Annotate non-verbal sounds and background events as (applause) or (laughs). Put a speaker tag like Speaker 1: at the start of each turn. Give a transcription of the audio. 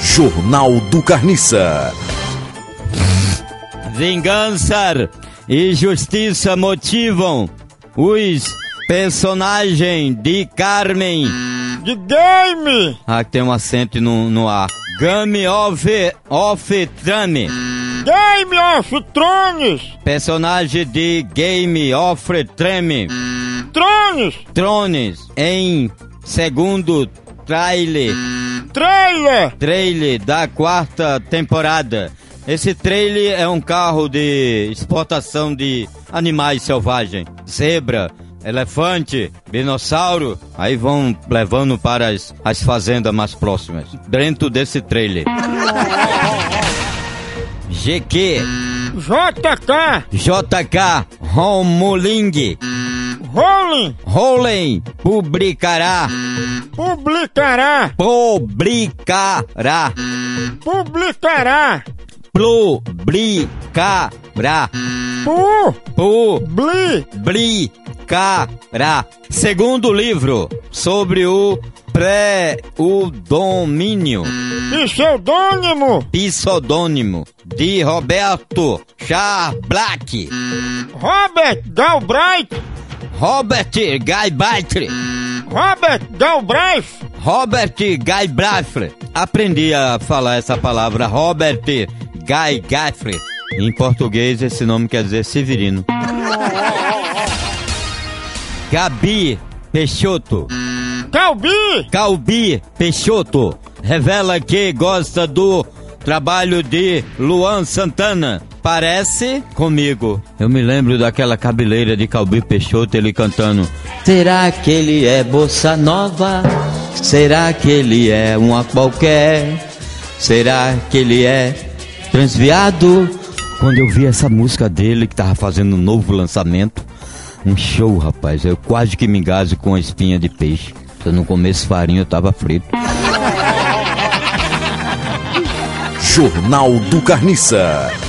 Speaker 1: Jornal do Carniça.
Speaker 2: Vingança e justiça motivam os personagens de Carmen.
Speaker 3: De game!
Speaker 2: Ah, tem um acento no, no A. Game of, of Trame.
Speaker 3: Game of Thrones!
Speaker 2: Personagem de Game of Trame.
Speaker 3: Thrones!
Speaker 2: Trones em segundo trailer.
Speaker 3: Trailer!
Speaker 2: Trailer da quarta temporada. Esse trailer é um carro de exportação de animais selvagens. Zebra, elefante, dinossauro. Aí vão levando para as, as fazendas mais próximas. Dentro desse trailer. (laughs) GQ,
Speaker 3: JK!
Speaker 2: JK, Romuling,
Speaker 3: Rolling!
Speaker 2: Rolen, publicará,
Speaker 3: Publicará!
Speaker 2: publicará,
Speaker 3: Publicará!
Speaker 2: publicará, publicará.
Speaker 3: Publicará!
Speaker 2: Blicará. Segundo livro sobre o pré-domínio
Speaker 3: Pseudônimo!
Speaker 2: pseudônimo de Roberto Charblack,
Speaker 3: Robert Galbraith!
Speaker 2: Robert Guy Baitre.
Speaker 3: Robert Galbraith!
Speaker 2: Robert Guy Baitre. Aprendi a falar essa palavra, Robert Guy Baitre. Em português, esse nome quer dizer Severino. Gabi Peixoto.
Speaker 3: Calbi!
Speaker 2: Calbi Peixoto revela que gosta do trabalho de Luan Santana. Parece comigo. Eu me lembro daquela cabeleira de Calbi Peixoto, ele cantando. Será que ele é bossa nova? Será que ele é uma qualquer? Será que ele é transviado? Quando eu vi essa música dele que tava fazendo um novo lançamento, um show, rapaz. Eu quase que me engasgo com a espinha de peixe. Se eu não comesse farinha, eu tava frito.
Speaker 1: Jornal do Carniça.